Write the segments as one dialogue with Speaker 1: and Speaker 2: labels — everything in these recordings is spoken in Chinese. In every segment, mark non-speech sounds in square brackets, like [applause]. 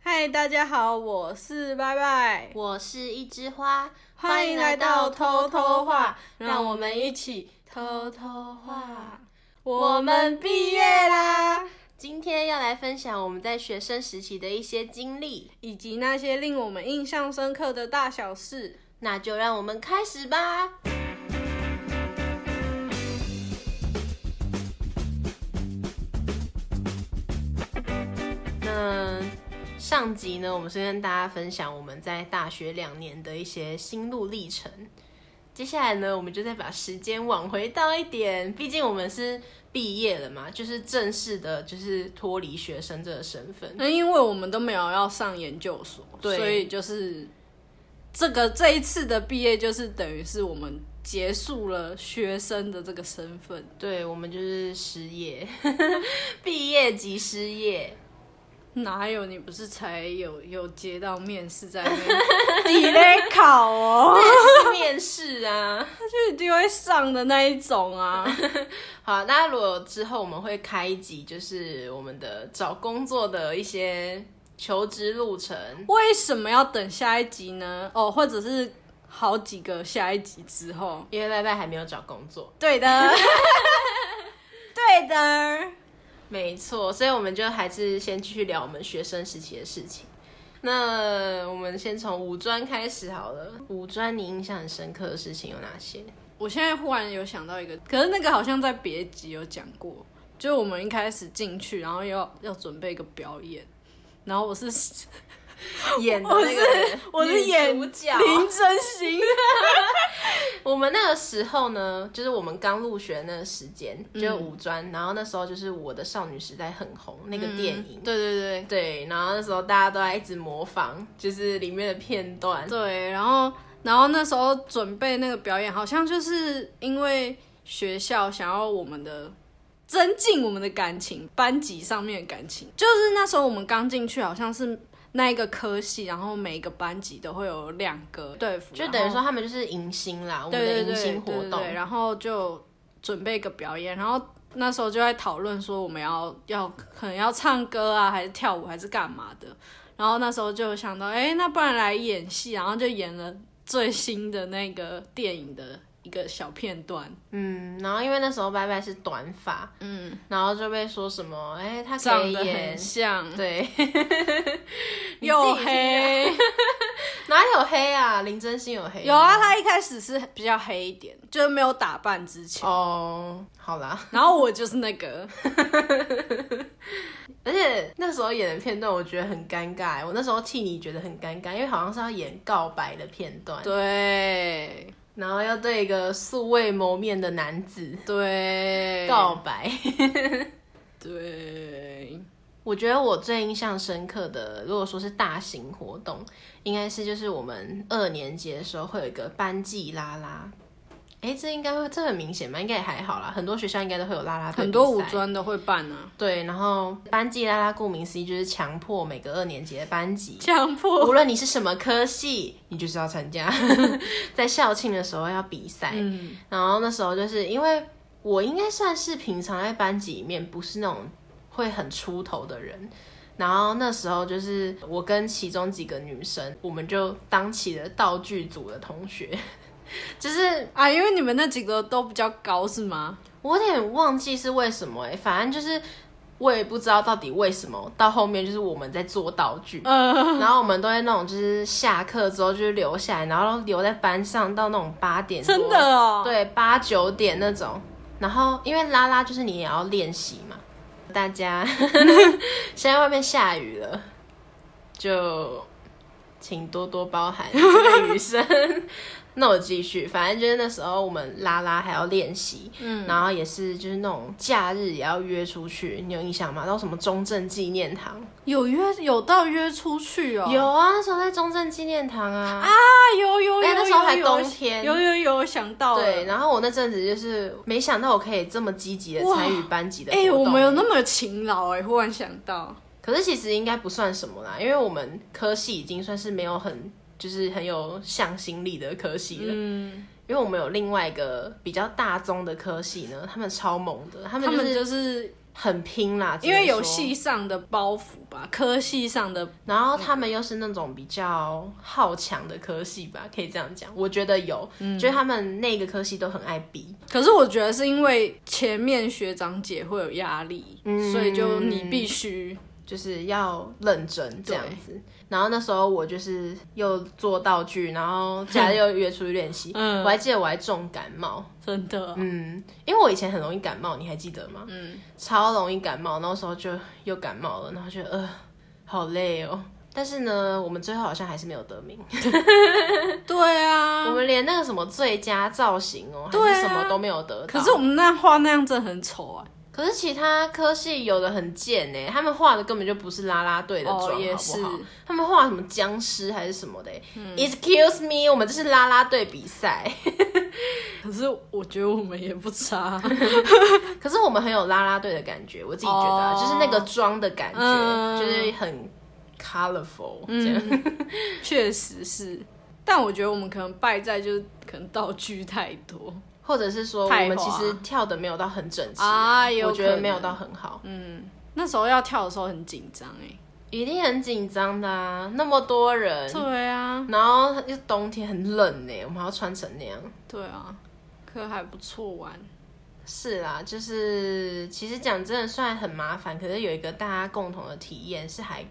Speaker 1: 嗨，大家好，我是拜拜，
Speaker 2: 我是一枝花，
Speaker 1: 欢迎来到偷偷话，让
Speaker 2: 让
Speaker 1: 我
Speaker 2: 我
Speaker 1: 们
Speaker 2: 们
Speaker 1: 一
Speaker 2: 一
Speaker 1: 起
Speaker 2: 起
Speaker 1: 偷偷
Speaker 2: 偷偷
Speaker 1: 话
Speaker 2: 话。
Speaker 1: 我们毕业啦，
Speaker 2: 今天要来分享我们在学生时期的一些经历，
Speaker 1: 以及那些令我们印象深刻的大小事。
Speaker 2: 那就让我们开始吧。那上集呢，我们是跟大家分享我们在大学两年的一些心路历程。接下来呢，我们就再把时间往回到一点，毕竟我们是毕业了嘛，就是正式的，就是脱离学生这个身份。
Speaker 1: 那嗯因为我们都没有要上研究所，
Speaker 2: 对
Speaker 1: 所以就是这个这一次的毕业，就是等于是我们结束了学生的这个身份。
Speaker 2: 对，我们就是失业， [laughs] 毕业即失业。
Speaker 1: 哪有？你不是才有有接到面试在 [laughs] 那边 delay 考哦， [laughs]
Speaker 2: 就是 [laughs] 面试啊。
Speaker 1: 就一定会上的那一种啊。
Speaker 2: 好，那如果之后我们会开一集，就是我们的找工作的一些求职路程。
Speaker 1: 为什么要等下一集呢？哦，或者是好几个下一集之后？
Speaker 2: 因为拜拜还没有找工作，
Speaker 1: 对 [laughs] 的，对的。
Speaker 2: 没错，所以我们就还是先继续聊我们学生时期的事情。那我们先从五专开始好了。五专你印象很深刻的事情有哪些？
Speaker 1: 我现在忽然有想到一个，可是那个好像在别集有讲过，就我们一开始进去，然后要要准备一个表演，然后我 [laughs] 是
Speaker 2: 演的那个
Speaker 1: 我是演
Speaker 2: 女主角，
Speaker 1: 林真心，
Speaker 2: 我们那个时候呢，就是我们刚入学那个时间，就是五专，然后那时候就是我的少女时代很红那个电影，
Speaker 1: 嗯对对对，
Speaker 2: 对，然后那时候大家都在一直模仿，就是里面的片段，
Speaker 1: 对，然后然后那时候准备那个表演，好像就是因为学校想要我们的增进我们的感情，班级上面的感情，就是那时候我们刚进去，好像是那一个科系，然后每一个班级都会有两个队服，
Speaker 2: 就
Speaker 1: 然
Speaker 2: 等于
Speaker 1: 后
Speaker 2: 说他们就是迎新啦，我们的
Speaker 1: 对对
Speaker 2: 迎
Speaker 1: 对
Speaker 2: 新活
Speaker 1: 对
Speaker 2: 动，
Speaker 1: 对对然后就准备一个表演，然后。那时候就在讨论说我们要要可能要唱歌啊，还是跳舞，还是干嘛的。然后那时候就想到，哎、那不然来演戏，然后就演了最新的那个电影的一个小片段，
Speaker 2: 嗯，然后因为那时候拜拜是短发，嗯，然后就被说什么，哎、他可
Speaker 1: 长
Speaker 2: 以
Speaker 1: 得很
Speaker 2: 演，
Speaker 1: 像，
Speaker 2: 对， [laughs]
Speaker 1: 又
Speaker 2: 你自己去
Speaker 1: 黑，
Speaker 2: 哪有黑啊？林真心有
Speaker 1: [laughs]
Speaker 2: 黑，
Speaker 1: 有啊，他一开始是比较黑一点，就是没有打扮之前。
Speaker 2: 哦，好啦。
Speaker 1: 然后我就是那
Speaker 2: [laughs]
Speaker 1: 个，
Speaker 2: 而且那时候演的片段，我觉得很尴尬。我那时候替你觉得很尴尬，因为好像是要演告白的片段，
Speaker 1: 对
Speaker 2: 然后要对一个素未谋面的男子
Speaker 1: 对
Speaker 2: 告白。
Speaker 1: 对，
Speaker 2: 我觉得我最印象深刻的，如果说是大型活动，应该是就是我们二年级的时候会有一个班级拉拉。哎，这应该会，这很明显吧？应该也还好啦，很多学校应该都会有拉啊拉队比赛。
Speaker 1: 很多五专都会办啊， [laughs]
Speaker 2: 对，然后班级拉拉，顾名思义就是强迫每个二年级的班级
Speaker 1: 强迫 [laughs]
Speaker 2: 无论你是什么科系，你就是要参加，在校庆的时候要比赛。
Speaker 1: 嗯
Speaker 2: 然后那时候就是因为我应该算是平常在班级里面不是那种会很出头的人。然后那时候就是我跟其中几个女生，我们就当起了道具组的同学， [laughs] 就是
Speaker 1: 啊，因为你们那几个都比较高是吗？
Speaker 2: 我有点忘记是为什么哎、反正就是我也不知道到底为什么，到后面就是我们在做道具，
Speaker 1: 呃，
Speaker 2: [laughs] 然后我们都会那种就是下课之后就是留下来，然后留在班上到那种八点多，
Speaker 1: 真的哦，，
Speaker 2: 对八九点那种。然后因为拉拉就是你也要练习嘛，大家 [laughs] 现在外面下雨了，就请多多包
Speaker 1: [laughs]
Speaker 2: 涵这个雨声。那我继续，反正就是那时候我们拉拉还要练习，嗯，然后也是就是那种假日也要约出去，你有印象吗？到什么中正纪念堂？
Speaker 1: 有约有到约出去哦，
Speaker 2: 有啊，那时候在中正纪念堂啊。
Speaker 1: 啊，有有有
Speaker 2: 哎
Speaker 1: 有，
Speaker 2: 那时候还
Speaker 1: 有
Speaker 2: 冬天
Speaker 1: 有有有想到了
Speaker 2: 对，，然后我那阵子就是没想到我可以这么积极的参与班级的活
Speaker 1: 哎，
Speaker 2: 动。
Speaker 1: 我
Speaker 2: 欸
Speaker 1: 们有那么勤劳哎，忽然想到，
Speaker 2: 可是其实应该不算什么啦，因为我们科系已经算是没有很就是很有向心力的科系了。
Speaker 1: 嗯，
Speaker 2: 因为我们有另外一个比较大宗的科系呢，他们超猛的，他
Speaker 1: 他
Speaker 2: 们就
Speaker 1: 们
Speaker 2: 是
Speaker 1: 就是
Speaker 2: 很拼啦，只
Speaker 1: 因
Speaker 2: 能
Speaker 1: 为有
Speaker 2: 说
Speaker 1: 系上的包袱吧，科系上的
Speaker 2: 然后他们又是那种比较好强的科系吧，可以这样讲。我觉得有，
Speaker 1: 嗯
Speaker 2: 就是他们那个科系都很爱比，
Speaker 1: 可是我觉得是因为前面学长姐会有压力，
Speaker 2: 嗯
Speaker 1: 所以就你必须
Speaker 2: 就是要认真这样子。然后那时候我就是又做道具，然后假日又约出去练习。
Speaker 1: 嗯
Speaker 2: 我还记得我还重感冒，
Speaker 1: 真的，
Speaker 2: 嗯，因为我以前很容易感冒，你还记得吗？
Speaker 1: 嗯，
Speaker 2: 超容易感冒，那时候就又感冒了，然后就呃，好累哦。但是呢，我们最后好像还是没有得
Speaker 1: [laughs]
Speaker 2: 名。
Speaker 1: 对啊
Speaker 2: 我。们连那个什么最佳造型哦、
Speaker 1: 对
Speaker 2: 还
Speaker 1: 啊
Speaker 2: 是什么都没有得到。
Speaker 1: 可是我们那画那样真的很丑啊，
Speaker 2: 可是其他科系有的很贱呢、他们画的根本就不是啦啦队的妆，
Speaker 1: 哦也
Speaker 2: 好不好
Speaker 1: 是？嗯
Speaker 2: 他们画什么僵尸还是什么的、Excuse me，我们这是啦啦队比赛， [laughs]
Speaker 1: 可是我觉得我们也不差，
Speaker 2: 可是我们很有啦啦队的感觉，我自己觉得啊、
Speaker 1: 哦
Speaker 2: 就是那个妆的感觉，
Speaker 1: 嗯
Speaker 2: 就是很 colorful 这样。
Speaker 1: 嗯，确实是。但我觉得我们可能败在就是可能道具太多，
Speaker 2: 或者是说，我
Speaker 1: 太
Speaker 2: 们其
Speaker 1: 滑
Speaker 2: 实跳的没有到很整齐
Speaker 1: 啊有
Speaker 2: 我觉得
Speaker 1: 可
Speaker 2: 没有
Speaker 1: 能
Speaker 2: 到很好，
Speaker 1: 嗯，那时候要跳的时候很紧张哎，
Speaker 2: 一定很紧张的啊，那么多人，
Speaker 1: 对啊，
Speaker 2: 然后又冬天很冷欸呢，我们还要穿成那样。
Speaker 1: 对啊，可还不错玩，
Speaker 2: 是啦，就是其实讲真的，虽然很麻烦，可是有一个大家共同的体验是还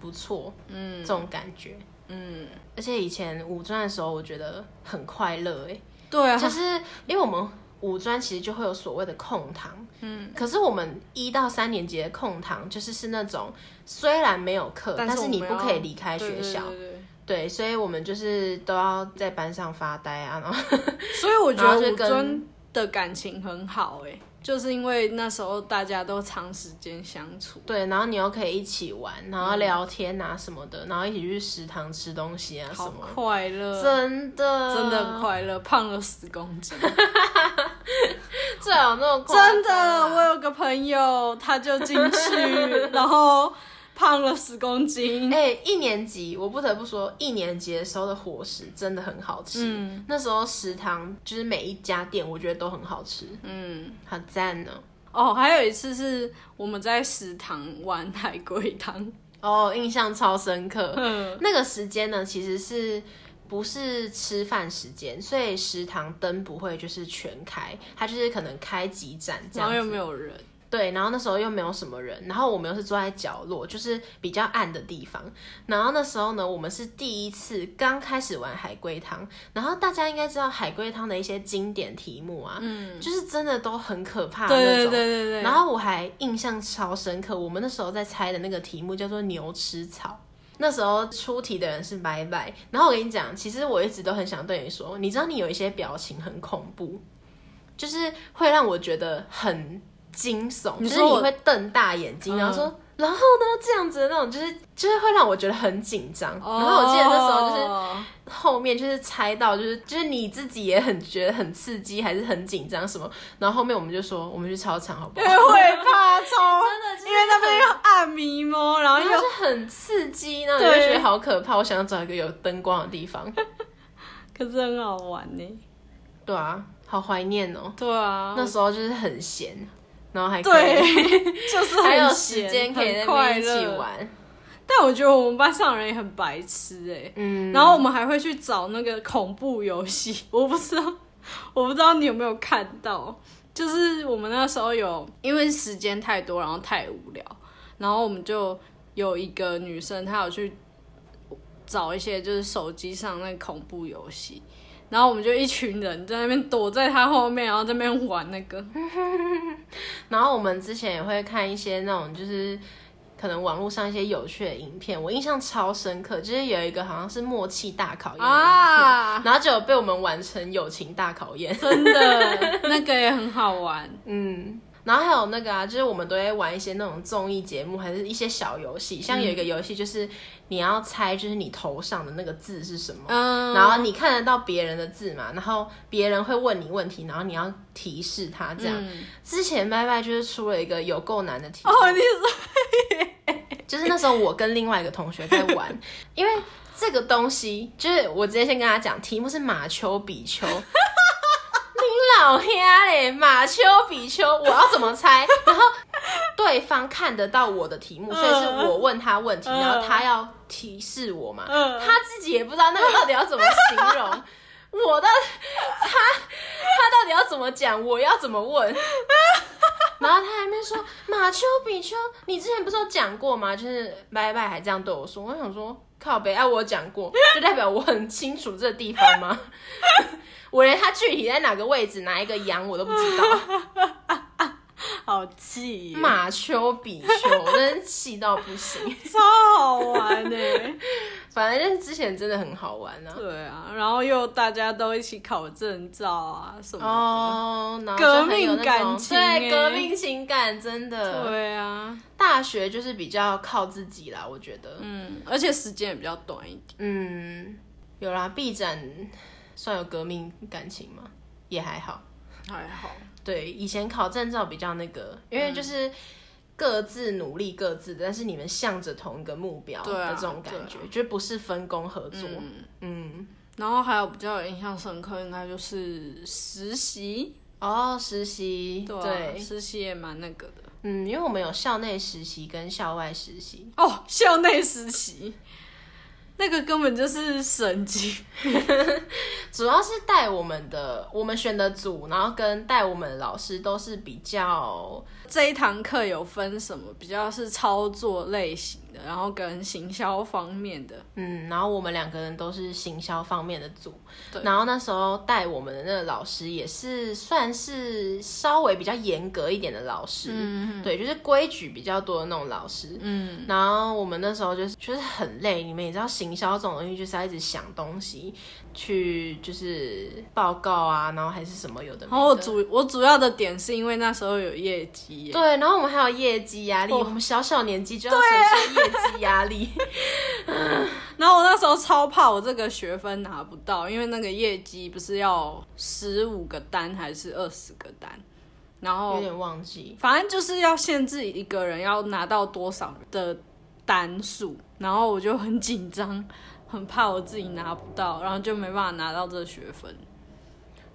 Speaker 2: 不错，
Speaker 1: 嗯
Speaker 2: 这种感觉。
Speaker 1: 嗯，
Speaker 2: 而且以前五专的时候，我觉得很快乐哎、
Speaker 1: 对啊，
Speaker 2: 就是因为我们五专其实就会有所谓的空堂，嗯，可是我们一到三年级的空堂就是是那种虽然没有课，但
Speaker 1: 但是我
Speaker 2: 你
Speaker 1: 们
Speaker 2: 不可以
Speaker 1: 要
Speaker 2: 离开学校，
Speaker 1: 对对对对
Speaker 2: 对，所以我们就是都要在班上发呆啊，然后
Speaker 1: 所以我觉
Speaker 2: 然后
Speaker 1: 得
Speaker 2: 就
Speaker 1: 吴
Speaker 2: 跟
Speaker 1: 尊的感情很好哎、就是因为那时候大家都长时间相处，
Speaker 2: 对，然后你又可以一起玩，然后聊天啊什么的，然后一起去食堂吃东西啊什
Speaker 1: 好
Speaker 2: 么，
Speaker 1: 快乐，
Speaker 2: 真的
Speaker 1: 真的很，快乐，胖了十公斤，
Speaker 2: 最好那种
Speaker 1: 真的。我有个朋友，他就进
Speaker 2: [laughs]
Speaker 1: 去，然后胖了十公斤，
Speaker 2: 哎、一年级我不得不说，一年级的时候的伙食真的很好吃。
Speaker 1: 嗯
Speaker 2: 那时候食堂就是每一家店，我觉得都很好吃，
Speaker 1: 嗯，
Speaker 2: 好赞哦、
Speaker 1: 哦，还有一次是我们在食堂玩海龟汤，
Speaker 2: 哦，印象超深刻。
Speaker 1: 嗯
Speaker 2: 那个时间呢，其实是不是吃饭时间，所以食堂灯不会就是全开，它就是可能开几盏这
Speaker 1: 然
Speaker 2: 样
Speaker 1: 后
Speaker 2: 子。
Speaker 1: 又没有人，
Speaker 2: 对，然后那时候又没有什么人，然后我们又是坐在角落，就是比较暗的地方。然后那时候呢，我们是第一次刚开始玩海龟汤，然后大家应该知道海龟汤的一些经典题目啊，嗯，就是真的都很可怕的
Speaker 1: 对
Speaker 2: 啊那
Speaker 1: 对
Speaker 2: 种。
Speaker 1: 对对对，
Speaker 2: 然后我还印象超深刻，我们那时候在猜的那个题目叫做牛吃草。那时候出题的人是白白，然后我跟你讲，其实我一直都很想对你说，你知道你有一些表情很恐怖，就是会让我觉得很惊悚，
Speaker 1: 你
Speaker 2: 就
Speaker 1: 说
Speaker 2: 是你
Speaker 1: 我
Speaker 2: 会瞪大眼
Speaker 1: 嗯
Speaker 2: 睛，然后说，然后呢这样子的那种，就是就是会让我觉得很紧张。然
Speaker 1: 哦
Speaker 2: 后我记得那时候就是 [laughs] 后面就是猜到，就是就是你自己也很觉得很刺激，还是很紧张什么，然后后面我们就说我们去操场好不好？
Speaker 1: 因为会怕超，
Speaker 2: 真的就是
Speaker 1: 因为那边又暗迷蒙，然后
Speaker 2: 然后 [laughs]
Speaker 1: 又
Speaker 2: 是很刺激，然后你就
Speaker 1: 对
Speaker 2: 觉得好可怕。我想要找一个有灯光的地方。
Speaker 1: 可是很好玩呢。
Speaker 2: 对啊，好怀念哦、
Speaker 1: 对
Speaker 2: [laughs]
Speaker 1: 啊，
Speaker 2: 那时候就是很闲，然后还可以
Speaker 1: 对，就是很
Speaker 2: 还有时
Speaker 1: 闲
Speaker 2: 间可以在
Speaker 1: 很
Speaker 2: 那
Speaker 1: 快
Speaker 2: 边一起
Speaker 1: 乐。
Speaker 2: 玩。
Speaker 1: 但我觉得我们班上的人也很白痴哎、
Speaker 2: 嗯，
Speaker 1: 然后我们还会去找那个恐怖游戏， [laughs] 我不知道，我不知道你有没有看到，就是我们那时候有，因为时间太多，然后太无聊，然后我们就有一个女生，她有去找一些就是手机上那个恐怖游戏，然后我们就一群人在那边躲在她后面，然后在那边玩那个，
Speaker 2: 然后我们之前也会看一些那种就是。可能网络上一些有趣的影片，我印象超深刻，就是有一个好像是默契大考验的影片，
Speaker 1: 啊，
Speaker 2: 然后就有被我们完成友情大考验。 [laughs]
Speaker 1: 真的，那个也很好玩。
Speaker 2: 嗯，然后还有那个啊，就是我们都会玩一些那种综艺节目，还是一些小游戏。像有一个游戏就是你要猜，就是你头上的那个字是什么，
Speaker 1: 嗯，
Speaker 2: 然后你看得到别人的字嘛，然后别人会问你问题，然后你要提示他这样。
Speaker 1: 嗯
Speaker 2: 之前麦麦就是出了一个有够难的题
Speaker 1: [laughs]
Speaker 2: 目，
Speaker 1: 哦，你说
Speaker 2: 就是那时候我跟另外一个同学在玩，因为这个东西就是我直接先跟他讲，题目是马丘比丘。你老黑嘞，马丘比丘，我要怎么猜？然后对方看得到我的题目，所以是我问他问题，
Speaker 1: 嗯
Speaker 2: 然后他要提示我嘛。
Speaker 1: 嗯
Speaker 2: 他自己也不知道那个到底要怎么形容， [laughs] 我的他他到底要怎么讲，我要怎么问。然后他还没说马丘比丘，你之前不是有讲过吗？就是拜拜还这样对我说，我想说靠北啊，我有讲过，就代表我很清楚这个地方吗？ [laughs] 我连他具体在哪个位置，哪一个羊我都不知道。
Speaker 1: 好气，，
Speaker 2: 马丘比丘，我真是气到不行。
Speaker 1: 超好玩呢、
Speaker 2: 反正就是之前真的很好玩啊。
Speaker 1: 对啊，然后又大家都一起考证照啊什么的。
Speaker 2: 哦，然后就很有那
Speaker 1: 革命
Speaker 2: 种
Speaker 1: 感情欸
Speaker 2: 对革命情感真的。
Speaker 1: 对啊，
Speaker 2: 大学就是比较靠自己啦，我觉得。
Speaker 1: 嗯，而且时间也比较短一点。
Speaker 2: 嗯，有啦，B 展算有革命感情吗？也还好。
Speaker 1: 还好，
Speaker 2: 对，以前考证照比较那个，因为
Speaker 1: 嗯
Speaker 2: 就是各自努力各自的，但是你们向着同一个目标
Speaker 1: 对啊
Speaker 2: 的这种感觉，
Speaker 1: 对
Speaker 2: 就不是分工合作。嗯，
Speaker 1: 然后还有比较有印象深刻，应该就是实习，
Speaker 2: 哦，实习，
Speaker 1: 对,、啊、
Speaker 2: 对，
Speaker 1: 实习也蛮那个的。
Speaker 2: 嗯，因为我们有校内实习跟校外实习，
Speaker 1: 哦，校内实习，那个根本就是神经。
Speaker 2: 主要是带我们的我们选的组，然后跟带我们的老师都是比较
Speaker 1: [laughs] 这一堂课有分什么？比较是操作类型的，然后跟行销方面的。
Speaker 2: 嗯，然后我们两个人都是行销方面的组
Speaker 1: 对，
Speaker 2: 然后那时候带我们的那个老师也是算是稍微比较严格一点的老师，
Speaker 1: 嗯
Speaker 2: 对，就是规矩比较多的那种老师。
Speaker 1: 嗯，
Speaker 2: 然后我们那时候就是就是很累，你们也知道行销这种东西就是要一直想东西，去就是报告啊，然后还是什么有的没的。
Speaker 1: 然后我主我主要的点是因为那时候有业绩耶，
Speaker 2: 对，然后我们还有业绩压力，
Speaker 1: 哦
Speaker 2: 我们小小年纪就要承受业绩压力。
Speaker 1: 然后我那时候超怕我这个学分拿不到，因为那个业绩不是要十五个单还是二十个单，然
Speaker 2: 有
Speaker 1: 后
Speaker 2: 点忘记，
Speaker 1: 反正就是要限制一个人要拿到多少的单数，然后我就很紧张，很怕我自己拿不到，然后就没办法拿到这个学分。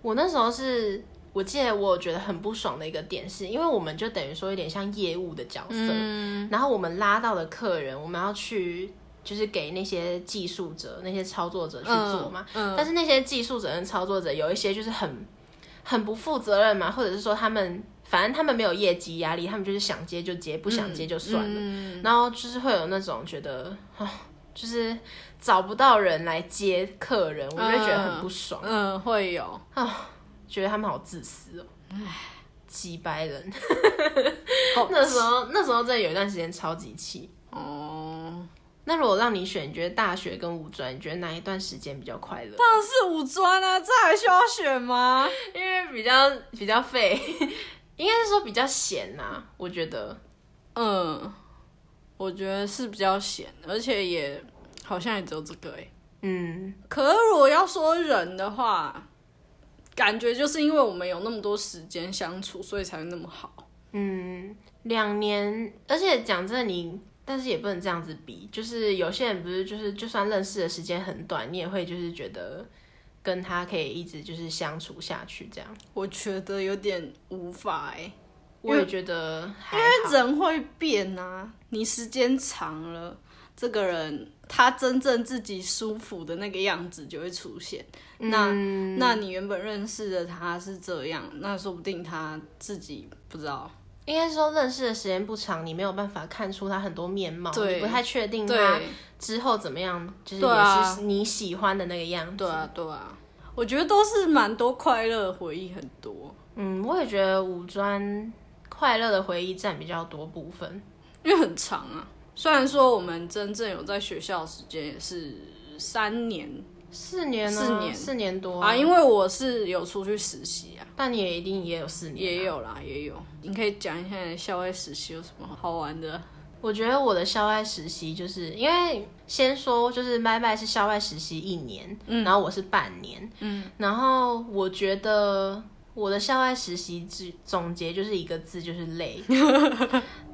Speaker 2: 我那时候是。我记得我觉得很不爽的一个点是，因为我们就等于说有点像业务的角色，
Speaker 1: 嗯
Speaker 2: 然后我们拉到的客人，我们要去就是给那些技术者、那些操作者去做嘛。
Speaker 1: 嗯
Speaker 2: 但是那些技术者跟操作者有一些就是很很不负责任嘛，或者是说他们反正他们没有业绩压力，他们就是想接就接，不想
Speaker 1: 嗯
Speaker 2: 接就算了。然后就是会有那种觉得，哦，就是找不到人来接客人，我就觉得很不爽，
Speaker 1: 嗯，会有。
Speaker 2: 觉得他们好自私哦。几百人，
Speaker 1: 好
Speaker 2: [laughs] 那时候那时候真的有一段时间超级气。
Speaker 1: 哦，
Speaker 2: 那如果让你选，你觉得大学跟五专，你觉得哪一段时间比较快乐？
Speaker 1: 当然是五专啊，这还需要选吗？
Speaker 2: [laughs] 因为比较比较废， [laughs] 应该是说比较闲呐、啊我觉得，
Speaker 1: 嗯，我觉得是比较闲，而且也好像也只有这个哎、
Speaker 2: 嗯，
Speaker 1: 可是如果要说人的话，感觉就是因为我们有那么多时间相处，所以才会那么好。
Speaker 2: 两年，而且讲真的你。但是也不能这样子比，就是有些人不是就是，就算认识的时间很短，你也会就是觉得跟他可以一直就是相处下去这样。
Speaker 1: 我觉得有点无法哎、
Speaker 2: 我也觉得还
Speaker 1: 因为人会变啊，你时间长了，这个人他真正自己舒服的那个样子就会出现。那、那你原本认识的他是这样，那说不定他自己不知道。
Speaker 2: 应该说认识的时间不长，你没有办法看出他很多面貌，
Speaker 1: 对
Speaker 2: 你不太确定
Speaker 1: 对
Speaker 2: 他之后怎么样，就是
Speaker 1: 对啊
Speaker 2: 也是你喜欢的那个样子。
Speaker 1: 对啊，对啊，我觉得都是蛮多快乐的回忆，很多。
Speaker 2: 嗯，我也觉得五专快乐的回忆占比较多部分。
Speaker 1: 因为很长啊。虽然说我们真正有在学校的时间也是三年
Speaker 2: 四年、啊，
Speaker 1: 四年
Speaker 2: 四年多
Speaker 1: 啊，因为我是有出去实习啊，
Speaker 2: 但你也一定也有四年、啊
Speaker 1: 也。有啦，也有。你可以讲一下你的校外实习有什么好玩的？
Speaker 2: 我觉得我的校外实习，就是因为先说，就是麦麦是校外实习一年，
Speaker 1: 嗯
Speaker 2: 然后我是半年，嗯，然后我觉得我的校外实习之总结就是一个字，就是
Speaker 1: [laughs]
Speaker 2: 累。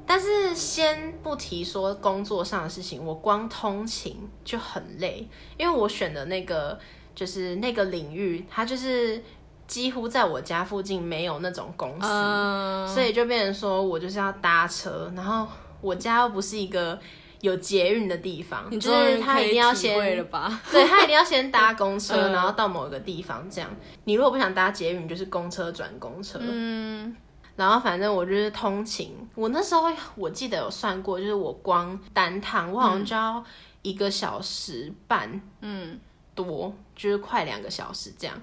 Speaker 2: 但是先不提说工作上的事情，我光通勤就很累，因为我选的那个就是那个领域，它就是。几乎在我家附近没有那种公司，
Speaker 1: 嗯，
Speaker 2: 所以就变成说我就是要搭车，然后我家又不是一个有捷运的地方，
Speaker 1: 你
Speaker 2: 就
Speaker 1: 终于
Speaker 2: 是他
Speaker 1: 可以
Speaker 2: 一定要
Speaker 1: 体会了
Speaker 2: 先，
Speaker 1: 吧？
Speaker 2: 对他一定要
Speaker 1: [laughs]
Speaker 2: 先搭公车，
Speaker 1: 嗯
Speaker 2: 然后到某一个地方这样。你如果不想搭捷运，你就是公车转公车。
Speaker 1: 嗯，
Speaker 2: 然后反正我就是通勤，我那时候我记得有算过，就是我光单趟我好像就要一个小时半，
Speaker 1: 嗯，
Speaker 2: 多，就是快两个小时这样。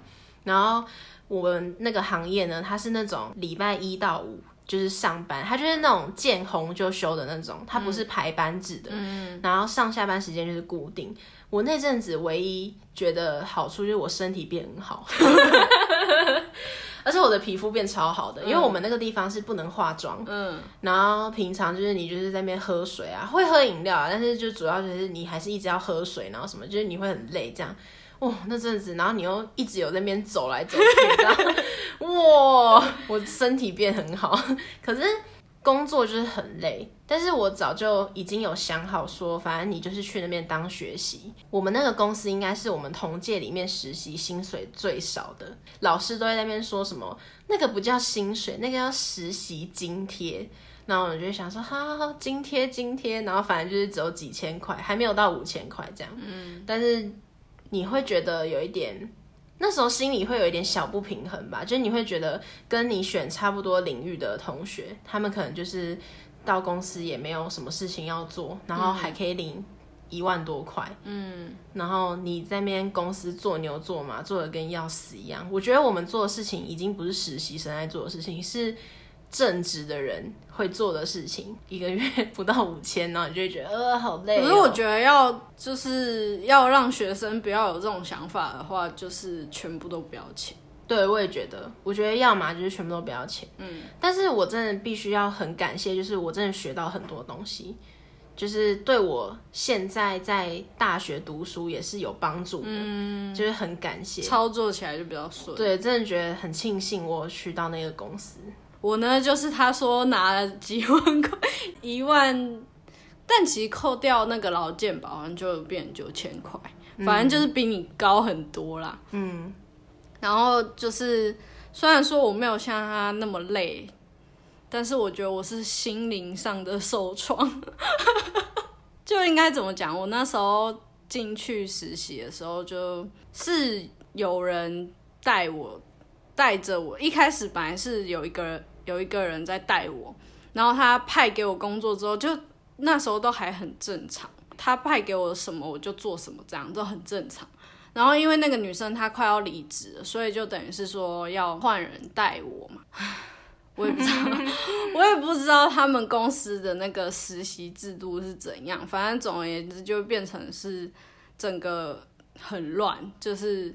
Speaker 2: 然后我们那个行业呢，它是那种礼拜一到五就是上班，它就是那种见红就休的那种，
Speaker 1: 嗯
Speaker 2: 它不是排班制的。嗯、然后上下班时间就是固定。我那阵子唯一觉得好处就是我身体变很好，而且我的皮肤变超好的，因为我们那个地方是不能化妆，
Speaker 1: 嗯，
Speaker 2: 然后平常就是你就是在那边喝水啊，会喝饮料啊，但是就主要就是你还是一直要喝水，然后什么就是你会很累这样。哇、那阵子，然后你又一直有在那边走来走去，这样 [laughs] 哇，我身体变很好。 [laughs] 可是工作就是很累，但是我早就已经有想好说，反正你就是去那边当学习。我们那个公司应该是我们同届里面实习薪水最少的，老师都在那边说什么那个不叫薪水，那个叫实习津贴。然后我就想说，好好好，津贴津贴，然后反正就是只有几千块，还没有到五千块这样。嗯，但是你会觉得有一点，那时候心里会有一点小不平衡吧，就是你会觉得跟你选差不多领域的同学，他们可能就是到公司也没有什么事情要做，然后还可以领一万多块，嗯，然后你在那边公司做牛做马，做的跟要死一样。我觉得我们做的事情已经不是实习生在做的事情，是。正职的人会做的事情，一个月不到五千，然后你就会觉得呃好累哦、
Speaker 1: 可是我觉得要就是要让学生不要有这种想法的话，就是全部都不要钱。
Speaker 2: 对，我也觉得，我觉得要么就是全部都不要钱，嗯，但是我真的必须要很感谢，就是我真的学到很多东西，就是对我现在在大学读书也是有帮助的，嗯，就是很感谢，
Speaker 1: 操作起来就比较顺。
Speaker 2: 对，真的觉得很庆幸我去到那个公司，
Speaker 1: 我呢，就是他说拿了几万块，一万，但其实扣掉那个劳健保，好像就变九千块，反正就是比你高很多啦。嗯，然后就是虽然说我没有像他那么累，但是我觉得我是心灵上的受创， [laughs] 就应该怎么讲？我那时候进去实习的时候，就是有人带我带着我。一开始本来是有一个人有一个人在带我，然后他派给我工作之后，就那时候都还很正常。他派给我什么我就做什么，这样都很正常。然后因为那个女生她快要离职了，所以就等于是说要换人带我嘛。 [laughs] 我也不知道，我也不知道他们公司的那个实习制度是怎样。反正总而言之，就变成是整个很乱，就是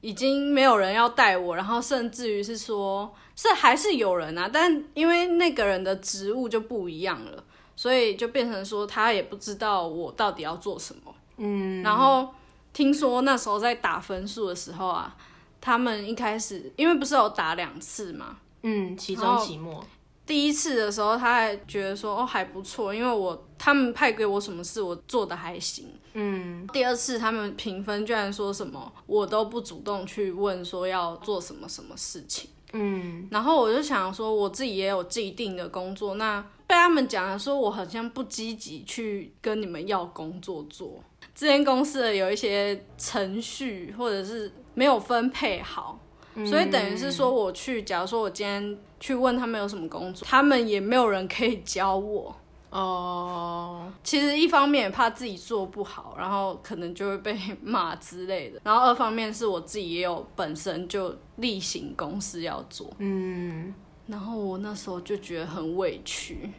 Speaker 1: 已经没有人要带我，然后甚至于是说，是还是有人啊，但因为那个人的职务就不一样了，所以就变成说他也不知道我到底要做什么。嗯，然后听说那时候在打分数的时候啊，他们一开始因为不是有打两次嘛，
Speaker 2: 嗯，期
Speaker 1: 然
Speaker 2: 中
Speaker 1: 后
Speaker 2: 期末，
Speaker 1: 第一次的时候，他还觉得说哦还不错，因为我他们派给我什么事，我做的还行。嗯，第二次他们评分居然说什么我都不主动去问说要做什么什么事情。嗯，然后我就想说我自己也有既定的工作，那被他们讲的说我好像不积极去跟你们要工作做。这间公司的有一些程序或者是没有分配好，所以等于是说，我去，假如说我今天去问他们有什么工作，他们也没有人可以教我。
Speaker 2: 哦，
Speaker 1: 其实一方面也怕自己做不好，然后可能就会被 [laughs] 骂之类的；然后二方面是我自己也有本身就例行公事要做，
Speaker 2: 嗯，
Speaker 1: 然后我那时候就觉得很委屈。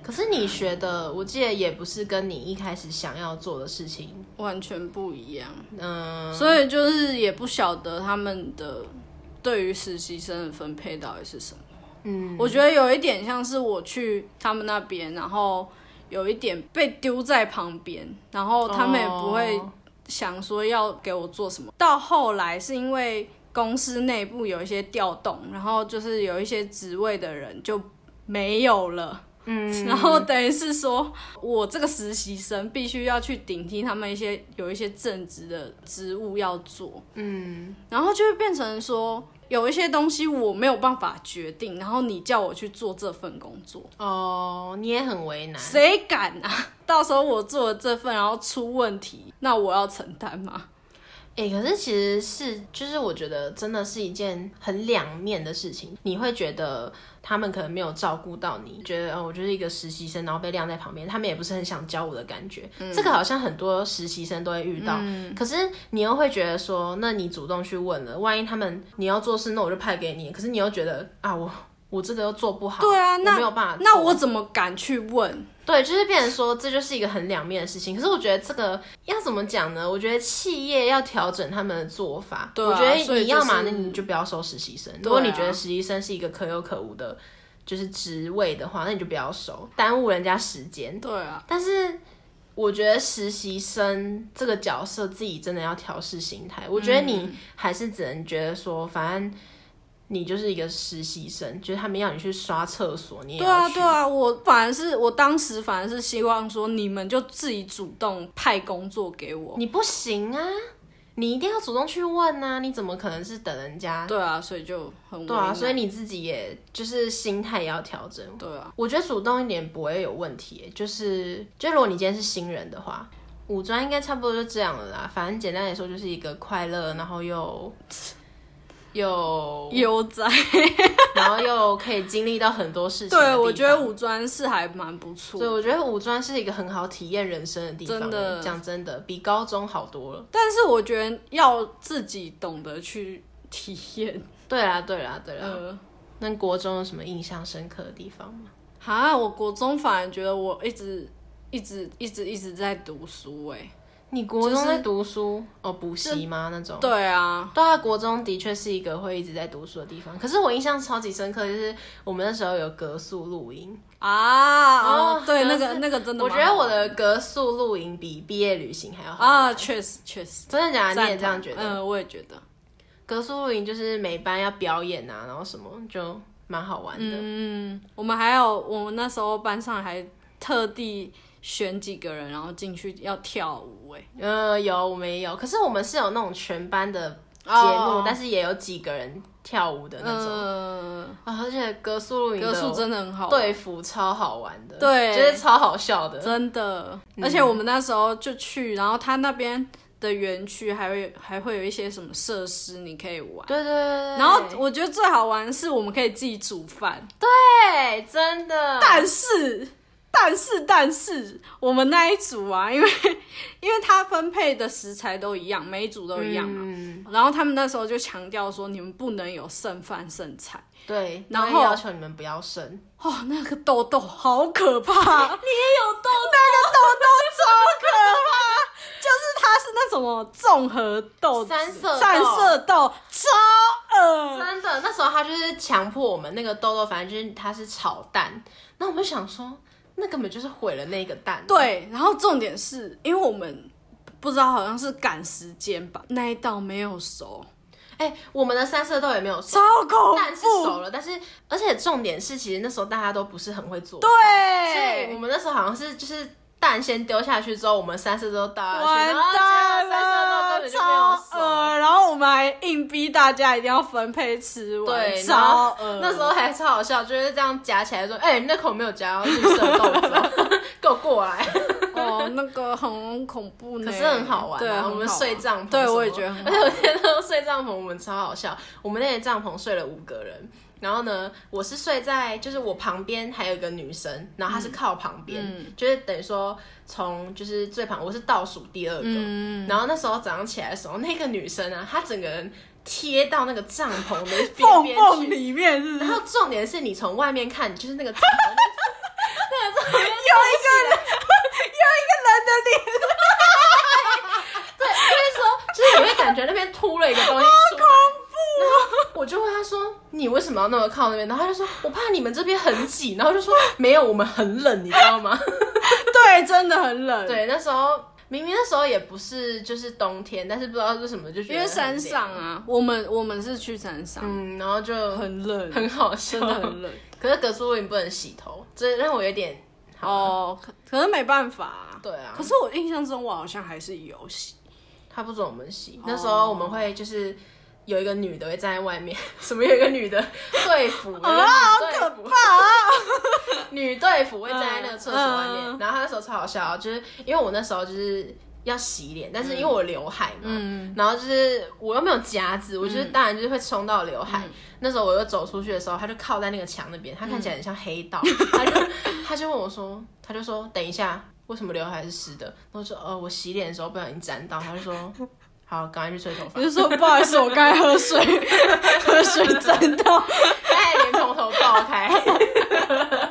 Speaker 2: 可是你学的，我记得也不是跟你一开始想要做的事情，
Speaker 1: 完全不一样，
Speaker 2: 嗯、
Speaker 1: 所以就是也不晓得他们的对于实习生的分配到底是什么。
Speaker 2: 嗯，
Speaker 1: 我觉得有一点像是我去他们那边，然后有一点被丢在旁边，然后他们也不会
Speaker 2: 哦
Speaker 1: 想说要给我做什么。到后来是因为公司内部有一些调动，然后就是有一些职位的人就没有了。嗯，然后等于是说，我这个实习生必须要去顶替他们一些有一些正职的职务要做，嗯，然后就会变成说，有一些东西我没有办法决定，然后你叫我去做这份工作，
Speaker 2: 哦，你也很为难。
Speaker 1: 谁敢啊？ [laughs] 到时候我做了这份，然后出问题，那我要承担吗？
Speaker 2: 哎、可是其实是，就是我觉得真的是一件很两面的事情。你会觉得他们可能没有照顾到你，觉得哦，我就是一个实习生，然后被晾在旁边，他们也不是很想教我的感觉。
Speaker 1: 嗯
Speaker 2: 这个好像很多实习生都会遇到。可是你又会觉得说，那你主动去问了，万一他们你要做事，那我就派给你。可是你又觉得啊，我我这个又做不好，
Speaker 1: 对啊，
Speaker 2: 我
Speaker 1: 那
Speaker 2: 没有办法做。
Speaker 1: 那我怎么敢去问？
Speaker 2: 对，就是变成说，这就是一个很两面的事情。可是我觉得这个要怎么讲呢？我觉得企业要调整他们的做法。
Speaker 1: 对啊
Speaker 2: 我觉
Speaker 1: 所
Speaker 2: 得
Speaker 1: 以
Speaker 2: 你要嘛，
Speaker 1: 就是
Speaker 2: 那你就不要收实习生。
Speaker 1: 啊
Speaker 2: 如果你觉得实习生是一个可有可无的，就是职位的话，那你就不要收，耽误人家时间。
Speaker 1: 对啊，
Speaker 2: 但是我觉得实习生这个角色自己真的要调试心态。我觉得
Speaker 1: 嗯
Speaker 2: 你还是只能觉得说，反正你就是一个实习生，就是他们要你去刷厕所，你也
Speaker 1: 对
Speaker 2: 要
Speaker 1: 啊，
Speaker 2: 去。
Speaker 1: 对啊，我反而是我当时反而是希望说你们就自己主动派工作给我。
Speaker 2: 你不行啊，你一定要主动去问啊，你怎么可能是等人家？
Speaker 1: 对啊，所以就很
Speaker 2: 对啊，所以
Speaker 1: 你
Speaker 2: 你自己也就是心态也要调整。
Speaker 1: 对啊，
Speaker 2: 我觉得主动一点不会有问题，就是就如果你今天是新人的话，五专应该差不多就这样了啦。反正简单来说，就是一个快乐，然后又又 [laughs]
Speaker 1: 悠哉。
Speaker 2: 然后又可以经历到很多事情。
Speaker 1: 对，我觉得。五专是还蛮不错
Speaker 2: 所以，我觉得五专是一个很好体验人生的地方。
Speaker 1: 真的
Speaker 2: 讲真的，比高中好多了。
Speaker 1: 但是我觉得要自己懂得去体验。
Speaker 2: 对啦，对啦，对啦。啊
Speaker 1: 呃，
Speaker 2: 那国中有什么印象深刻的地方吗？
Speaker 1: 哈，我国中反而觉得我一直一直一直一直在读书哎、
Speaker 2: 你国中在读书、哦，补习吗？那种？
Speaker 1: 对啊，
Speaker 2: 对啊，国中的确是一个会一直在读书的地方。可是我印象超级深刻，就是我们那时候有格宿露营，
Speaker 1: 啊，
Speaker 2: 哦
Speaker 1: 哦，对，
Speaker 2: 可
Speaker 1: 那
Speaker 2: 是
Speaker 1: 个那个真的
Speaker 2: 我
Speaker 1: 蛮好玩，
Speaker 2: 觉得我的格宿露营比毕业旅行还要好。
Speaker 1: 啊，确实确实，
Speaker 2: 真的假的？你也
Speaker 1: 赞
Speaker 2: 这
Speaker 1: 同
Speaker 2: 样觉得？
Speaker 1: 嗯，我也觉得，
Speaker 2: 格宿露营就是每班要表演啊，然后什么就蛮好玩的。
Speaker 1: 嗯，我们还有我们那时候班上还特地选几个人，然后进去要跳舞哎、
Speaker 2: 呃，有我们也有，可是我们是有那种全班的节目，
Speaker 1: 哦
Speaker 2: 但是也有几个人跳舞的那种。
Speaker 1: 嗯，
Speaker 2: 啊，而且格苏露营
Speaker 1: 格数
Speaker 2: 的
Speaker 1: 真的很好玩，
Speaker 2: 对服超好玩的，
Speaker 1: 对
Speaker 2: 就是超好笑的。
Speaker 1: 真的，而且我们那时候就去，然后他那边的园区还会还会有一些什么设施你可以玩。
Speaker 2: 对对对对，
Speaker 1: 然后我觉得最好玩的是我们可以自己煮饭，
Speaker 2: 对，真的，
Speaker 1: 但是但是但是我们那一组啊，因为因为他分配的食材都一样，每一组都一样嘛。
Speaker 2: 嗯，
Speaker 1: 然后他们那时候就强调说，你们不能有剩饭剩菜。
Speaker 2: 对，
Speaker 1: 然后
Speaker 2: 他们要求你们不要生，
Speaker 1: 哦，那个痘痘好可怕！你也有痘痘，那个痘痘超可怕，就是它是那什么综合痘子、
Speaker 2: 三色痘
Speaker 1: 三色痘，超恶
Speaker 2: 真的。那时候他就是强迫我们那个豆豆，反正就是他是炒蛋，那我们想说，那根本就是毁了那个蛋。
Speaker 1: 对，然后重点是因为我们不知道好像是赶时间吧，那一道没有熟，
Speaker 2: 哎、我们的三色豆也没有熟，
Speaker 1: 超恐
Speaker 2: 蛋是
Speaker 1: 怖。
Speaker 2: 熟了，但是而且重点是，其实那时候大家都不是很会做，所以我
Speaker 1: 对，
Speaker 2: 们那时候好像是就是蛋先丢下去之后，我们三色都倒下
Speaker 1: 完
Speaker 2: 去，
Speaker 1: 蛋了，
Speaker 2: 然后这样三色都根本就没有
Speaker 1: 超
Speaker 2: 熟。
Speaker 1: 恶。然后我们还硬逼大家一定要分配吃完，
Speaker 2: 对，然
Speaker 1: 超
Speaker 2: 后
Speaker 1: 恶。
Speaker 2: 那时候还超好笑，就是这样夹起来说：“哎、你那口没有夹到绿色的豆
Speaker 1: [laughs]
Speaker 2: 子哦，给我过来。
Speaker 1: 哦，那个很恐怖呢，
Speaker 2: 可是很好玩、啊，
Speaker 1: 对，
Speaker 2: 我们
Speaker 1: 很好玩
Speaker 2: 睡帐篷什么，
Speaker 1: 对我也觉得很好
Speaker 2: 而且我觉得睡帐篷我们超好笑，我们那个帐篷睡了五个人。然后呢，我是睡在就是我旁边还有一个女生，然
Speaker 1: 嗯
Speaker 2: 后她是靠旁边，就是等于说从就是最旁，我是倒数第二个。
Speaker 1: 嗯
Speaker 2: 然后那时候早上起来的时候，那个女生啊，她整个人贴到那个帐篷的 [laughs] 边
Speaker 1: 缝
Speaker 2: 边去
Speaker 1: 缝里面是不是
Speaker 2: 然后重点是你从外面看，就是那个帐篷那个帐
Speaker 1: 有一个 [laughs]
Speaker 2: 篷
Speaker 1: 人有一个人的脸，
Speaker 2: [laughs] 对，就是说，就是你会感觉那边突了一个东西出来，
Speaker 1: 哦
Speaker 2: 然后我就问他说：“你为什么要那么靠那边？”然后他就说：“我怕你们这边很挤。”然后我就说：“没有，我们很冷，你知道吗 [laughs]
Speaker 1: 对，真的很？”冷，，
Speaker 2: 对，那时候明明那时候也不是就是冬天，但是不知道为什么就觉得
Speaker 1: 因为山
Speaker 2: 很凉
Speaker 1: 上，啊，我们我们是去山上，
Speaker 2: 嗯，然后就很
Speaker 1: 很冷，
Speaker 2: [laughs] 很好笑
Speaker 1: 真。的很
Speaker 2: [laughs]
Speaker 1: 冷
Speaker 2: 可是葛苏林不能洗头，这让我有点
Speaker 1: 哦，可可是没办法啊。
Speaker 2: 对啊
Speaker 1: 可。是我印象中我好像还是有洗，
Speaker 2: 他不准我们洗，那时候我们会就是。有一个女的会站在外面， [laughs] 什么有一个女的队
Speaker 1: [laughs]
Speaker 2: 服，有一个
Speaker 1: 啊，好
Speaker 2: 女
Speaker 1: 可
Speaker 2: 队服，
Speaker 1: 怕啊！
Speaker 2: [laughs] 女队服会站在那个厕所外面。
Speaker 1: 嗯嗯
Speaker 2: 然后她那时候超好笑，就是因为我那时候就是要洗脸，但是因为我刘海嘛，
Speaker 1: 嗯
Speaker 2: 然后就是我又没有夹子，我就是当然就是会冲到刘海。
Speaker 1: 嗯
Speaker 2: 那时候我又走出去的时候，她就靠在那个墙那边，她
Speaker 1: 嗯
Speaker 2: 看起来很像黑道，她就她就问我说，她就说等一下。为什么刘海是湿的？然后我说，呃，我洗脸的时候不小心沾到。她就说，好，赶快去吹头发
Speaker 1: 我。就说不好意思，我刚才喝水， [laughs] 喝水沾到。
Speaker 2: 哎，脸从头爆开，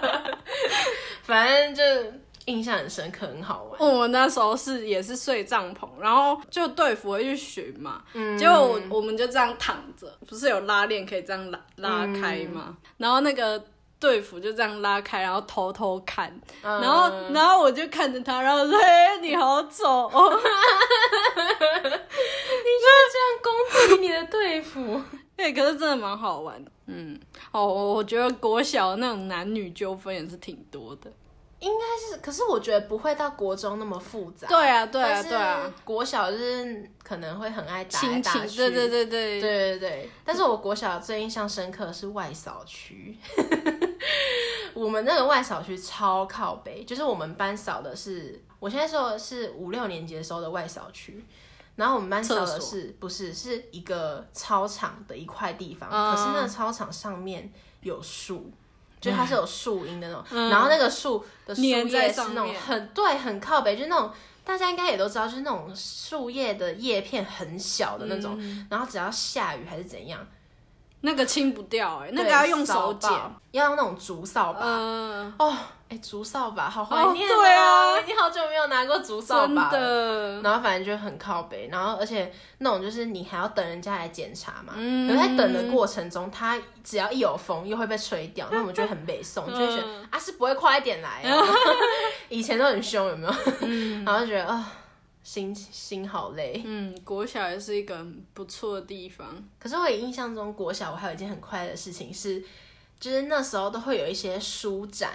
Speaker 2: [laughs] 反正就印象很深刻，很好玩。
Speaker 1: [laughs] 我们那时候是也是睡帐篷，然后就队服会去巡嘛，
Speaker 2: 嗯
Speaker 1: 结果我我们就这样躺着，不是有拉链可以这样拉拉开
Speaker 2: 嗯
Speaker 1: 嘛，然后那个。队服就这样拉开，然后偷偷看，
Speaker 2: 嗯
Speaker 1: 然后然后我就看着他，然后我说：“嘿，你好丑哦！
Speaker 2: 你就这样攻击你的队服，
Speaker 1: 哎、可是真的蛮好玩的。”嗯，哦，我我觉得国小那种男女纠纷也是挺多的。
Speaker 2: 应该是，可是我觉得不会到国中那么复杂。
Speaker 1: 对啊，对啊，
Speaker 2: 但是
Speaker 1: 对啊，
Speaker 2: 国小就是可能会很爱打来
Speaker 1: 亲
Speaker 2: 打
Speaker 1: 情，
Speaker 2: 去，
Speaker 1: 对对
Speaker 2: 对
Speaker 1: 对对
Speaker 2: 对对。但是我国小最印象深刻的是外扫区。 [laughs] 我们那个外扫区超靠北，就是我们班扫的是，我现在说的是五六年级的时候的外扫区，然后我们班扫的
Speaker 1: 厕
Speaker 2: 是不是是一个操场的一块地方，
Speaker 1: 嗯
Speaker 2: 可是那个操场上面有树。就它是有树荫的那种，然后那个树的树叶
Speaker 1: 嗯粘在
Speaker 2: 是
Speaker 1: 上
Speaker 2: 那种
Speaker 1: 面
Speaker 2: 很对很靠北，就是那种大家应该也都知道，就是那种树叶的叶片很小的那种，
Speaker 1: 嗯
Speaker 2: 然后只要下雨还是怎样，
Speaker 1: 那个清不掉、哎，那个
Speaker 2: 对
Speaker 1: 要用
Speaker 2: 扫
Speaker 1: 手
Speaker 2: 把
Speaker 1: 剪。
Speaker 2: 要用那种竹扫把，
Speaker 1: 嗯，
Speaker 2: 哦，哎、竹扫把好怀念、
Speaker 1: 哦对啊
Speaker 2: 已经好久没有拿过竹扫
Speaker 1: 真
Speaker 2: 把了。
Speaker 1: 的，
Speaker 2: 然后反正就很靠北，然后而且那种就是你还要等人家来检查嘛，
Speaker 1: 嗯
Speaker 2: 可是在等的过程中，它只要一有风又会被吹掉，那我们就会很
Speaker 1: [laughs]
Speaker 2: 北宋，就会觉得
Speaker 1: 嗯
Speaker 2: 啊是不会快一点来、
Speaker 1: [laughs]
Speaker 2: 啊，以前都很凶有没有？然后就觉得啊、心心好累。
Speaker 1: 嗯，国小也是一个很不错的地方。
Speaker 2: 可是我也印象中国小我还有一件很快乐的事情是，就是那时候都会有一些书展，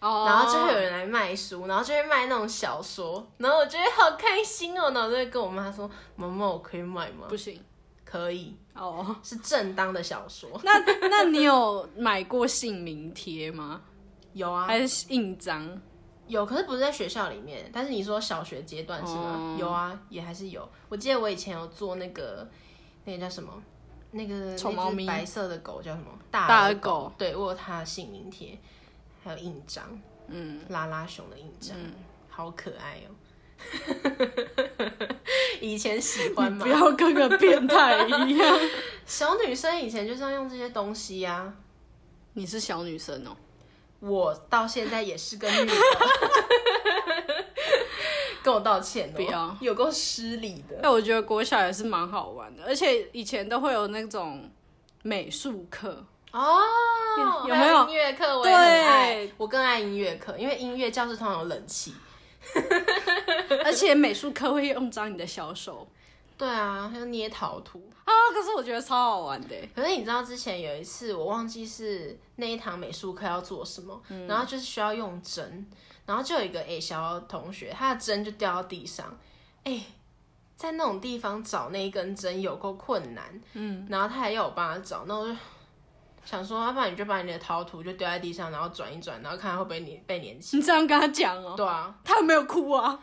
Speaker 1: 哦
Speaker 2: 然后就会有人来卖书，然后就会卖那种小说，然后我觉得好开心哦，然后我就会跟我妈说：“妈妈，我可以买吗
Speaker 1: 不行？”
Speaker 2: 可以，
Speaker 1: 哦。 [laughs]
Speaker 2: 是正当的小说。
Speaker 1: 那那你有买过姓名贴吗？
Speaker 2: 有啊，
Speaker 1: 还是印章？
Speaker 2: 有，可是不是在学校里面。但是你说小学阶段是吗？
Speaker 1: 哦
Speaker 2: 有啊，也还是有。我记得我以前有做那个，那个叫什么？那个
Speaker 1: 丑
Speaker 2: 那
Speaker 1: 猫
Speaker 2: 只
Speaker 1: 咪
Speaker 2: 白色的狗叫什么？
Speaker 1: 大
Speaker 2: 耳
Speaker 1: 耳狗。
Speaker 2: 对，我有它的姓名贴，还有印章，
Speaker 1: 嗯，
Speaker 2: 拉拉熊的印章，好可爱哦。 [laughs] 以前喜欢
Speaker 1: 你
Speaker 2: 嘛
Speaker 1: 不，要跟个变态一样。
Speaker 2: 小女生以前就是要用这些东西呀、啊。
Speaker 1: [laughs] 你是小女生哦、
Speaker 2: 我到现在也是个女的， [laughs] 跟我道歉哦，
Speaker 1: 不要
Speaker 2: 有够失礼的。
Speaker 1: 哎，我觉得国小也是蛮好玩的，而且以前都会有那种美术课。 [laughs]
Speaker 2: 哦，
Speaker 1: 有有没
Speaker 2: 还
Speaker 1: 有
Speaker 2: 音乐课？我也很爱
Speaker 1: 对，
Speaker 2: 我更爱音乐课，因为音乐教室通常有冷气。
Speaker 1: 而且美术课会用脏你的小手
Speaker 2: 对啊，还有捏陶土。
Speaker 1: 啊，可是我觉得超好玩的欸。
Speaker 2: 可是你知道之前有一次，我忘记是那一堂美术课要做什么，然后就是需要用针，然后就有一个 A 小同学，他的针就掉到地上，哎、在那种地方找那一根针有够困难，嗯，然后他还要我帮他找，那我就想说，啊要不然你就把你的陶土就丢在地上，然后转一转，然后看他会不会粘被粘起
Speaker 1: 你这样跟他讲哦、
Speaker 2: 来。对啊，
Speaker 1: 他有没有哭啊？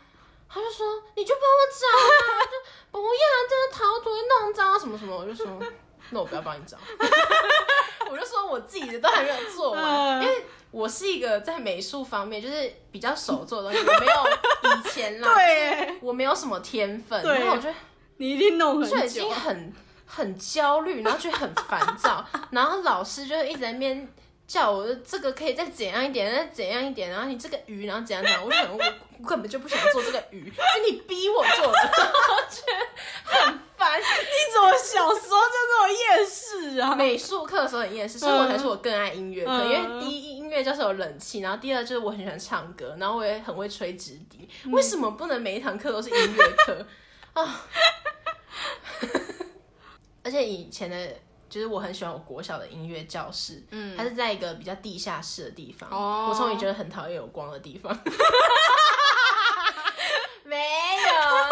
Speaker 2: 他就说你就帮我找啊，就不要这个陶土会弄脏啊什么什么，我就说 [laughs] 那我不要帮你找， [laughs] 我就说我自己的都还没有做完，
Speaker 1: 嗯
Speaker 2: 因为我是一个在美术方面就是比较手做的东西，我没有以前啦，
Speaker 1: [laughs] 对，
Speaker 2: 我没有什么天分，
Speaker 1: 对
Speaker 2: 然后我就
Speaker 1: 你一定弄
Speaker 2: 就已
Speaker 1: 很久
Speaker 2: 经。很很焦虑，然后就很烦 [laughs] 躁，然后老师就一直在那边叫我这个可以再怎样一点，再怎样一点，然后你这个鱼，然后怎样怎样，我可能我我根本就不想做这个鱼，是你逼我做的， [laughs] 我觉得很烦。
Speaker 1: 你怎么小时候就这么厌世啊？
Speaker 2: 美术课的时候很厌世，所以我才说我更爱音乐课，
Speaker 1: 嗯
Speaker 2: 因为第一音乐教室有冷气，然后第二就是我很喜欢唱歌，然后我也很会吹直笛。
Speaker 1: 嗯
Speaker 2: 为什么不能每一堂课都是音乐课啊？ [laughs] 而且以前的，就是我很喜欢我国小的音乐教室，嗯，它是在一个比较地下室的地方。
Speaker 1: 哦
Speaker 2: 我终于觉得很讨厌有光的地
Speaker 1: [laughs]
Speaker 2: 方。 [laughs] 啊 [laughs] 没有啦，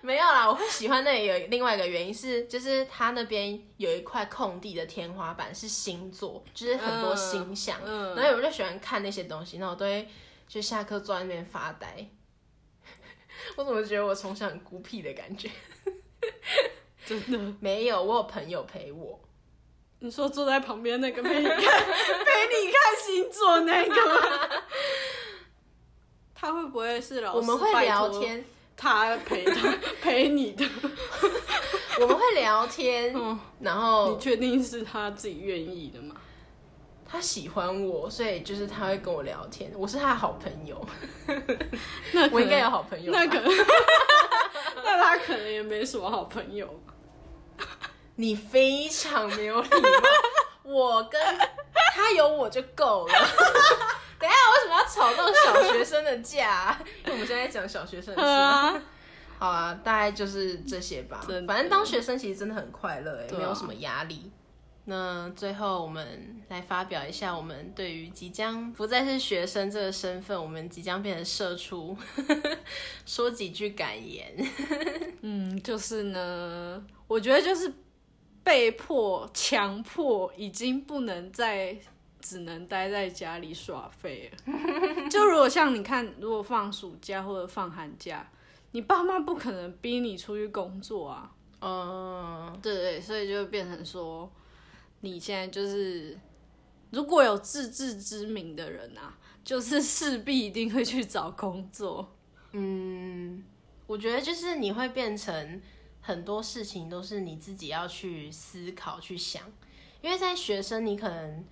Speaker 2: 没有啦，我会喜欢那里有另外一个原因是，就是它那边有一块空地的天花板是星座，就是很多星象，
Speaker 1: 嗯嗯
Speaker 2: 然后我就喜欢看那些东西，然后我都会就下课坐在那边发呆。 [laughs] 我怎么觉得我从小很孤僻的感觉？
Speaker 1: 真的。
Speaker 2: [laughs] 没有，我有朋友陪我。
Speaker 1: 你说坐在旁边那个陪你看陪你看星座那个吗？他会不会是老师？
Speaker 2: 我们会聊，天，
Speaker 1: 他陪他陪你的，
Speaker 2: [laughs] 我们会聊天，
Speaker 1: 嗯
Speaker 2: 然
Speaker 1: 你
Speaker 2: 后
Speaker 1: 确定是他自己愿意的吗？
Speaker 2: 他喜欢我，所以就是他会跟我聊天。我是他的好朋友，
Speaker 1: 那可
Speaker 2: 我应该
Speaker 1: 能
Speaker 2: 有好朋友吧。
Speaker 1: 那可 [laughs] 能，那他可能也没什么好朋友吧。
Speaker 2: 你非常没有
Speaker 1: [laughs]
Speaker 2: 礼貌，我跟他有我就够了。 [laughs] 等一下，为什么要吵动小学生的架啊？因为我们现在在讲小学 [laughs] 生的事嘛。
Speaker 1: 啊，
Speaker 2: 好啊，大概就是这些吧
Speaker 1: 真。的
Speaker 2: 反正当学生其实真的很快乐、欸，
Speaker 1: 对啊
Speaker 2: 没有什么压力。那最后我们来发表一下我们对于即将不再是学生这个身份，我们即将变成社畜， [laughs] 说几句感言。
Speaker 1: 嗯，就是呢，我觉得就是被迫、强迫，已经不能再只能待在家里耍废了。 [laughs] 就如果像你看，如果放暑假或者放寒假，你爸妈不可能逼你出去工作啊，
Speaker 2: 嗯，
Speaker 1: 对对，所以就变成说，你现在就是如果有自知之明的人啊，就是势必一定会去找工作。
Speaker 2: 嗯，我觉得就是你会变成很多事情都是你自己要去思考、去想，因为在学生你可能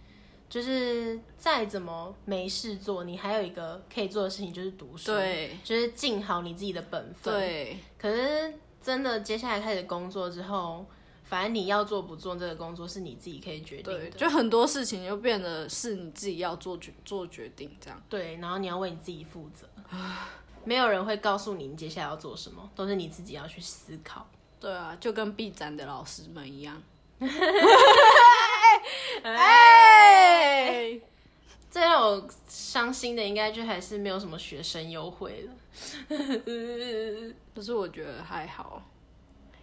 Speaker 2: 就是再怎么没事做，你还有一个可以做的事情就是读书，
Speaker 1: 对，
Speaker 2: 就是尽好你自己的本分。，
Speaker 1: 对，
Speaker 2: 可是真的接下来开始工作之后，反正你要做不做这个工作是你自己可以决定的
Speaker 1: 对，。就很多事情就变得是你自己要做决做决定这样。
Speaker 2: 对，然后你要为你自己负责，没有人会告诉你你接下来要做什么，都是你自己要去思考。
Speaker 1: 对啊，就跟 B 展的老师们一样。哎、
Speaker 2: 最让我伤心的，应该就还是没有什么学生优惠了。
Speaker 1: 可是我觉得还好，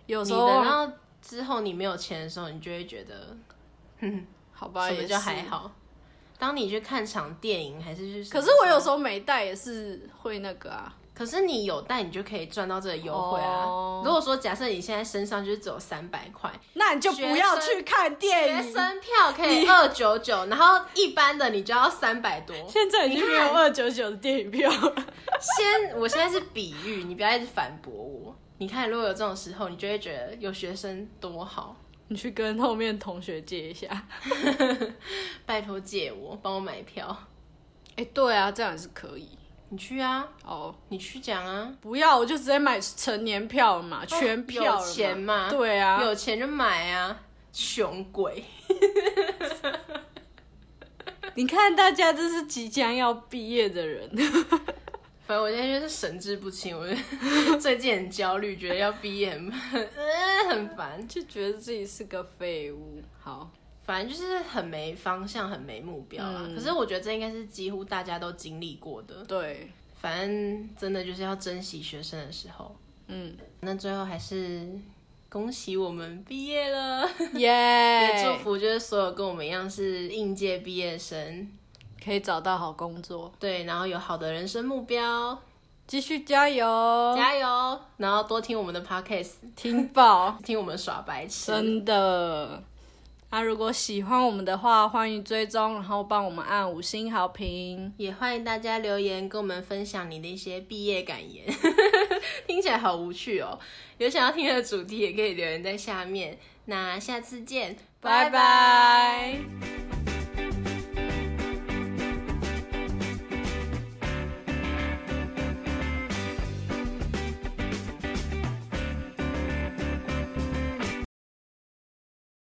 Speaker 1: 有
Speaker 2: 你
Speaker 1: 时候
Speaker 2: 等到之后你没有钱的时候，你就会觉得
Speaker 1: 好吧，
Speaker 2: 什
Speaker 1: 也
Speaker 2: 么
Speaker 1: 是
Speaker 2: 叫还。好。当你去看场电影还是去什
Speaker 1: 可
Speaker 2: 么
Speaker 1: 是
Speaker 2: 时候，
Speaker 1: 我有时候没带也是会那个啊，
Speaker 2: 可是你有带，你就可以赚到这个优惠啊。
Speaker 1: 哦
Speaker 2: 如果说假设你现在身上就是只有三百块，
Speaker 1: 那你就不要
Speaker 2: 学生
Speaker 1: 去看电
Speaker 2: 学
Speaker 1: 影。
Speaker 2: 生票可以二九九，然后一般的你就要三百
Speaker 1: [laughs]
Speaker 2: 多。
Speaker 1: 现在已经没
Speaker 2: 你
Speaker 1: 有
Speaker 2: 看
Speaker 1: 二九九的电影票了。
Speaker 2: 先，我现在是比喻，你不要一直反驳我。你看，如果有这种时候，你就会觉得有学生多好。
Speaker 1: [laughs] 你去跟后面同学借一下。
Speaker 2: 拜托借我，帮我买票。
Speaker 1: 哎、对啊，这样也是可以
Speaker 2: 你去啊，
Speaker 1: 哦。
Speaker 2: 你去讲啊，
Speaker 1: 不要，我就直接买成年票了嘛，全票了
Speaker 2: 有钱嘛
Speaker 1: 对啊，
Speaker 2: 有钱就买啊，穷鬼。
Speaker 1: 你看大家这是即将要毕业的人， [laughs]
Speaker 2: 反正我现在就是神志不清，我就 [laughs] 最近很焦虑，觉得要毕业很 [laughs] 嗯很烦。
Speaker 1: 就觉得自己是个废物。好，
Speaker 2: 反正就是很没方向，很没目标啦。
Speaker 1: 嗯
Speaker 2: 可是我觉得这应该是几乎大家都经历过的。
Speaker 1: 对，
Speaker 2: 反正真的就是要珍惜学生的时候。
Speaker 1: 嗯，
Speaker 2: 那最后还是恭喜我们毕业了，
Speaker 1: 耶、
Speaker 2: 也祝福就是所有跟我们一样是应届毕业生，
Speaker 1: 可以找到好工作，
Speaker 2: 对，然后有好的人生目标，
Speaker 1: 继续加油，
Speaker 2: 加油！然后多听我们的 podcast，
Speaker 1: 听爆，
Speaker 2: 听我们耍白痴。
Speaker 1: 真的。那、如果喜欢我们的话，欢迎追踪，然后帮我们按五星好评。
Speaker 2: 也欢迎大家留言跟我们分享你的一些毕业感言， [laughs] 听起来好无趣哦。有想要听的主题也可以留言在下面。那下次见，
Speaker 1: 拜拜